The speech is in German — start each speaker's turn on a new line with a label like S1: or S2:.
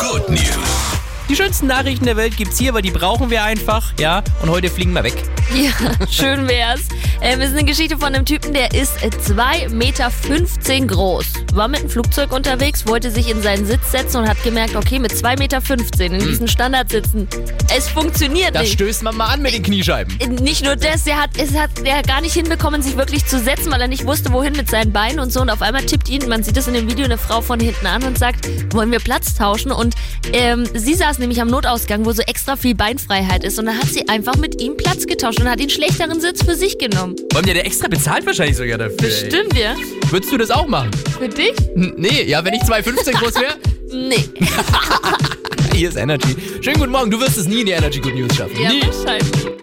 S1: Good News.
S2: Die schönsten Nachrichten der Welt gibt's hier, weil die brauchen wir einfach, ja. Und heute fliegen wir weg.
S3: Ja, schön wär's. Ähm, es ist eine Geschichte von einem Typen, der ist 2,15 Meter groß. War mit einem Flugzeug unterwegs, wollte sich in seinen Sitz setzen und hat gemerkt, okay, mit 2,15 Meter in diesen Standardsitzen, es funktioniert
S2: Da
S3: nicht.
S2: stößt man mal an mit den Kniescheiben.
S3: Nicht nur das, der hat, es hat der hat gar nicht hinbekommen, sich wirklich zu setzen, weil er nicht wusste, wohin mit seinen Beinen und so. Und auf einmal tippt ihn, man sieht das in dem Video, eine Frau von hinten an und sagt, wollen wir Platz tauschen? Und ähm, sie saß nämlich am Notausgang, wo so extra viel Beinfreiheit ist. Und dann hat sie einfach mit ihm Platz getauscht und hat den schlechteren Sitz für sich genommen.
S2: Vor allem, der, der extra bezahlt wahrscheinlich sogar dafür. Ey.
S3: Bestimmt, ja.
S2: Würdest du das auch machen?
S3: Für dich?
S2: N nee, ja, wenn ich 2,15 groß wäre.
S3: Nee.
S2: Hier ist Energy. Schönen guten Morgen. Du wirst es nie in die Energy Good News schaffen.
S3: Ja,
S2: nie.
S3: wahrscheinlich.